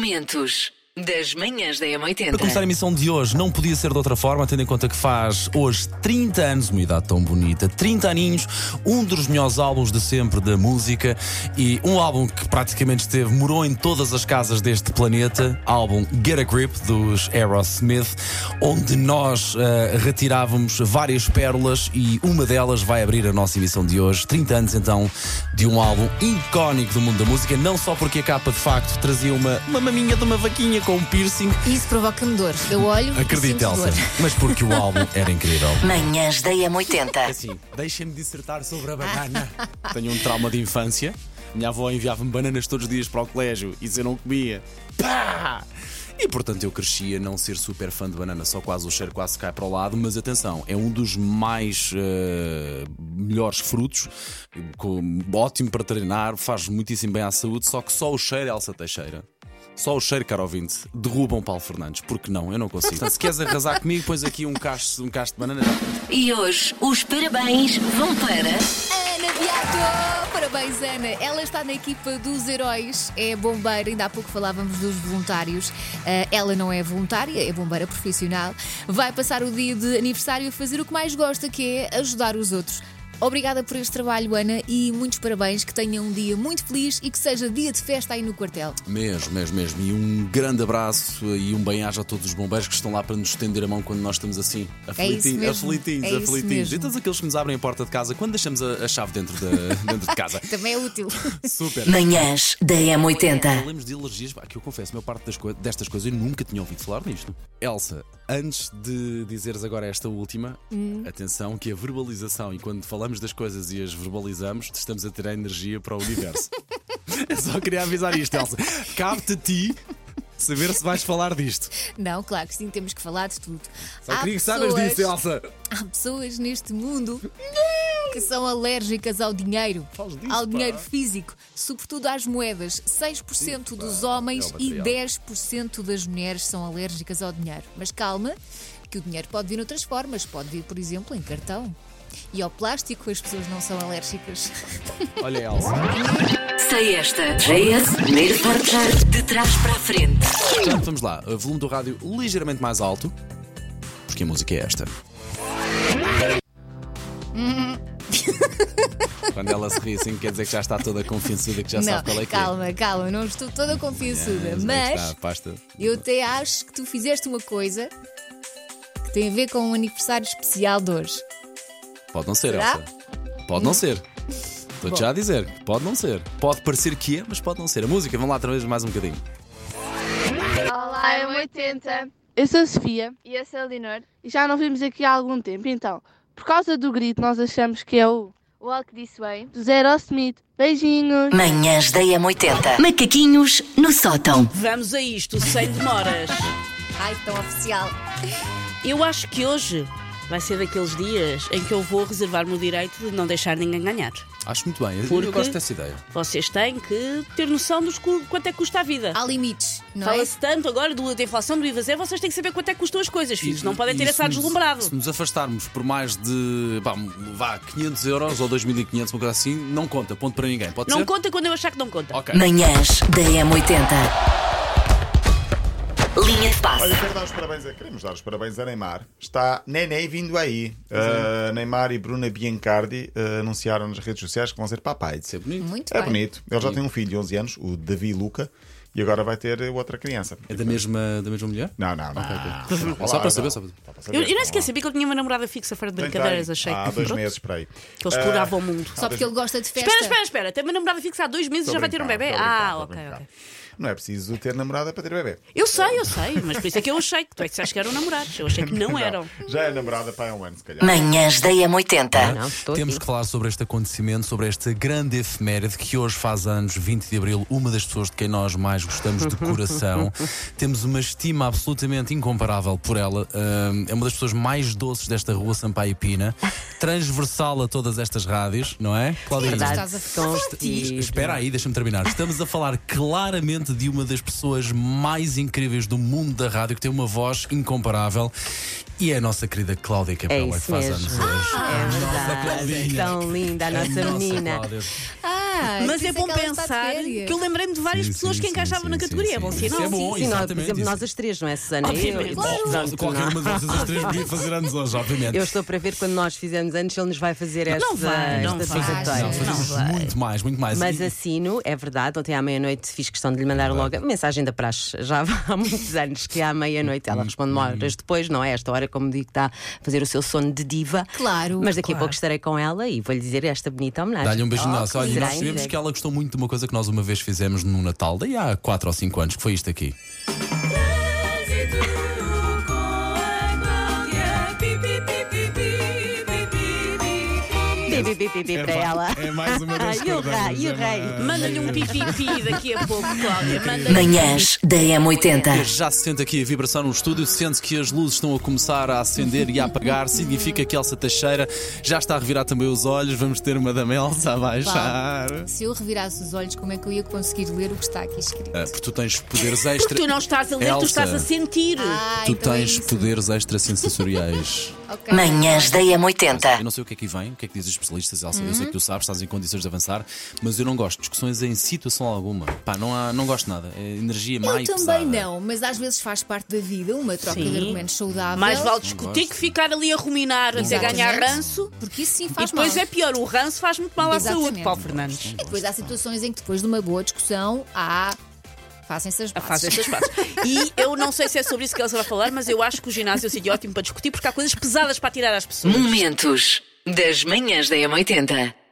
Momentos das manhãs da Para começar M80. a emissão de hoje, não podia ser de outra forma, tendo em conta que faz hoje 30 anos, uma idade tão bonita, 30 aninhos, um dos melhores álbuns de sempre da música e um álbum que praticamente esteve, morou em todas as casas deste planeta, álbum Get a Grip dos Aerosmith, onde nós eh, retirávamos várias pérolas e uma delas vai abrir a nossa emissão de hoje, 30 anos então de um álbum icónico do mundo da música, não só porque a capa de facto trazia uma, uma maminha de uma vaquinha com um piercing. Isso provoca-me dor. Eu olho. e Acredite, sinto Elsa, dor. mas porque o álbum era incrível. Manhãs da M80. Assim, deixem-me dissertar sobre a banana. Tenho um trauma de infância. Minha avó enviava-me bananas todos os dias para o colégio e eu não comia. Pá! E portanto eu cresci a não ser super fã de banana, só quase o cheiro quase cai para o lado, mas atenção, é um dos mais eh, melhores frutos, com- ótimo para treinar, faz muitíssimo bem à saúde, só que só o cheiro, Elsa Teixeira. Só o cheiro, caro ouvinte, derrubam Paulo Fernandes, porque não, eu não consigo. Portanto, se queres arrasar comigo, pões aqui um cacho, um cacho de banana. E hoje os parabéns vão para. Ana Beato! Parabéns, Ana. Ela está na equipa dos heróis. É bombeira. Ainda há pouco falávamos dos voluntários. Ah, ela não é voluntária, é bombeira profissional. Vai passar o dia de aniversário a fazer o que mais gosta, que é ajudar os outros. Obrigada por este trabalho, Ana, e muitos parabéns. Que tenha um dia muito feliz e que seja dia de festa aí no quartel. Mesmo, mesmo, mesmo. E um grande abraço e um bem-aja a todos os bombeiros que estão lá para nos estender a mão quando nós estamos assim, É isso aflitinhos, mesmo. aflitinhos, É isso aflitinhos. mesmo. E todos aqueles que nos abrem a porta de casa quando deixamos a, a chave dentro, da- dentro de casa. Também é útil. Super. Manhãs da É. M80. Falamos de alergias, pá, que eu confesso, a maior parte das coi- destas coisas eu nunca tinha ouvido falar disto. Elsa, antes de dizeres agora esta última, Hum. atenção que a verbalização, e quando falamos das coisas e as verbalizamos, estamos a tirar energia para o universo. eu só queria avisar isto, Elsa. Cabe-te a ti saber se vais falar disto. Não, claro que sim, temos que falar de tudo. Só Há queria que saibas pessoas- disso, Elsa. Há pessoas neste mundo que são alérgicas ao dinheiro, Fales disso, ao pá. dinheiro físico, sobretudo às moedas. 6% dos homens É o e material. 10% das mulheres são alérgicas ao dinheiro. Mas calma, que o dinheiro pode vir outras formas, pode vir, por exemplo, em cartão. E ao plástico as pessoas não são alérgicas. Olha, Elsa. Sei esta. JS, primeiro portar de trás para a frente. Portanto, vamos lá. Volume do rádio ligeiramente mais alto, porque a música é esta. Hum. Quando ela se ri assim, quer dizer que já está toda confiançuda, que já não, sabe qual é que calma, calma, não estou toda é. confiançuda, Yes, aí mas está, pasta. Eu até acho que tu fizeste uma coisa que tem a ver com um aniversário especial de hoje. Pode não ser, Será? Elsa. Pode não ser. Estou-te já a dizer, que pode não ser. Pode parecer que é, mas pode não ser. A música, vamos lá, outra vez mais um bocadinho. Olá, é 80. Eu sou a Sofia E eu sou a Leonor. e já não vimos aqui há algum tempo, então, por causa do grito, nós achamos que é o Walk This Way. do Zero Smith. Beijinhos! Manhãs da M80. Macaquinhos no sótão. Vamos a isto, sem demoras. Ai, tão oficial. Eu acho que hoje vai ser daqueles dias em que eu vou reservar-me o direito de não deixar ninguém ganhar. Acho muito bem, eu- Porque- eu gosto dessa ideia. Vocês têm que ter noção dos cu- quanto é que custa a vida. Há limites, Ah, não é? Fala-se tanto agora do, da inflação do IVA zero, vocês têm que saber quanto é que custam as coisas, filhos. Não E- podem e ter se essa nos- deslumbrado. Se nos afastarmos por mais de pá, vá, 500 euros ou 2.500, uma coisa assim, não conta, ponto para ninguém. Pode Não ser? conta quando eu achar que não conta. Ok. Manhãs da M80. Linha de passe. Olha, quero dar os parabéns a... Queremos dar os parabéns a Neymar. Está Neném vindo aí. Uh, Neymar e Bruna Biancardi uh, anunciaram nas redes sociais que vão ser papai. Isso é bonito. Muito É bem. bonito. Ele já tem um filho de 11 anos, o Davi Luca, e agora vai ter outra criança. É da mesma, da mesma mulher? Não, não, não. Não, não, Só para não. saber, só para saber. para Eu, eu nem não. sequer sabia que eu tinha uma namorada fixa fora de Tem, tem. brincadeiras, achei. Há Ah, dois Pronto. meses para aí. Que eles exploravam o mundo. Só porque ele gosta de festa. Espera, espera, espera. Tem uma namorada fixa há dois meses e Estou já a vai ter um brincar, bebê? estou a Ah, brincar, estou a ok, brincar. ok. Não é preciso ter namorada para ter bebê. Eu sei, eu sei, mas por isso é que eu achei que tu é que disseste que eram namorados. Eu achei que não eram. Já é namorada para um ano, se calhar. Manhãs da M80. Temos que falar sobre este acontecimento, sobre esta grande efeméride que hoje faz anos, 20 de abril, uma das pessoas de quem nós mais gostamos de coração. Temos uma estima absolutamente incomparável por ela. Hum, É uma das pessoas mais doces desta rua Sampaio Pina, transversal a todas estas rádios, não é? Claudinha? Tu Estás a é falar de ti. Est- Espera aí, deixa-me terminar. Estamos a falar claramente de uma das pessoas mais incríveis do mundo da rádio, que tem uma voz incomparável. E é a nossa querida Cláudia Capela, que faz anos hoje. É verdade. Cláudia. Tão linda a nossa menina. Cláudia. Ah, Ah, Mas por é isso bom que ela está de pensar férias. que eu lembrei-me de várias Sim, pessoas sim, que sim, encaixavam sim, na sim, categoria. sim, Bom sim. sinal. Isso é bom, Sim, nós, por exatamente. exemplo, isso. nós as três, não é, Susana? Obviamente. Eu, Oh, Portanto, Qualquer não. uma de vocês as três podia fazer anos hoje, obviamente. Eu estou para ver quando nós fizermos anos se ele nos vai fazer esta, vai, não esta vai. fazerteira. Não, fazemos Não vai. muito mais, muito mais. Mas E- assino, é verdade. Ontem à meia-noite fiz questão de lhe mandar logo a mensagem da praxe. Já há muitos anos que à meia-noite ela responde-me horas depois, não é? Esta hora, como digo, está a fazer o seu sono de diva. Claro. Mas daqui Claro. a pouco estarei com ela e vou-lhe dizer esta bonita homenagem. Dá-lhe um beijinho nosso. Olha, e será nós em sabemos direto. que ela gostou muito de uma coisa que nós uma vez fizemos no Natal, daí há 4 ou 5 anos, que foi isto aqui. Pi, pi, pi, pi, pi, para ela. É mais uma das E o rei, e o é? rei. Manda-lhe um pipipi daqui a pouco, Cláudia. Manda-lhe. Manhãs da M80. Já se sente aqui a vibração no estúdio, sente que as luzes estão a começar a acender e a apagar, significa que Elsa Teixeira já está a revirar também os olhos, vamos ter uma dama Elsa a baixar. Se eu revirasse os olhos, como é que eu ia conseguir ler o que está aqui escrito? Ah, porque tu tens poderes Porque extra. tu não estás a ler, tu Elsa, estás a sentir. Ah, tu então é tens isso. poderes extrasensoriais. Ok. Manhãs da Eu M80. não sei o que é que vem, o que é que dizem os especialistas, Elsa. Eu sei que tu sabes, estás em condições de avançar, mas eu não gosto de discussões em situação alguma. Pá, não, há, não gosto de nada. É energia Eu mais também pesada. não, mas às vezes faz parte da vida uma troca Sim. de argumentos saudável. Mais vale gosto. discutir que ficar ali a ruminar até Exatamente. ganhar ranço. Porque isso sim E faz depois mal. é pior, o ranço faz muito mal à Exatamente. saúde, Paulo Fernandes. E depois há situações em que depois de uma boa discussão há. Fazem-se as A bases. fazer estas partes. E eu não sei se é sobre isso que ela vai falar, mas eu acho que o ginásio é um sítio ótimo para discutir, porque há coisas pesadas para tirar às pessoas. Momentos das manhãs da M80.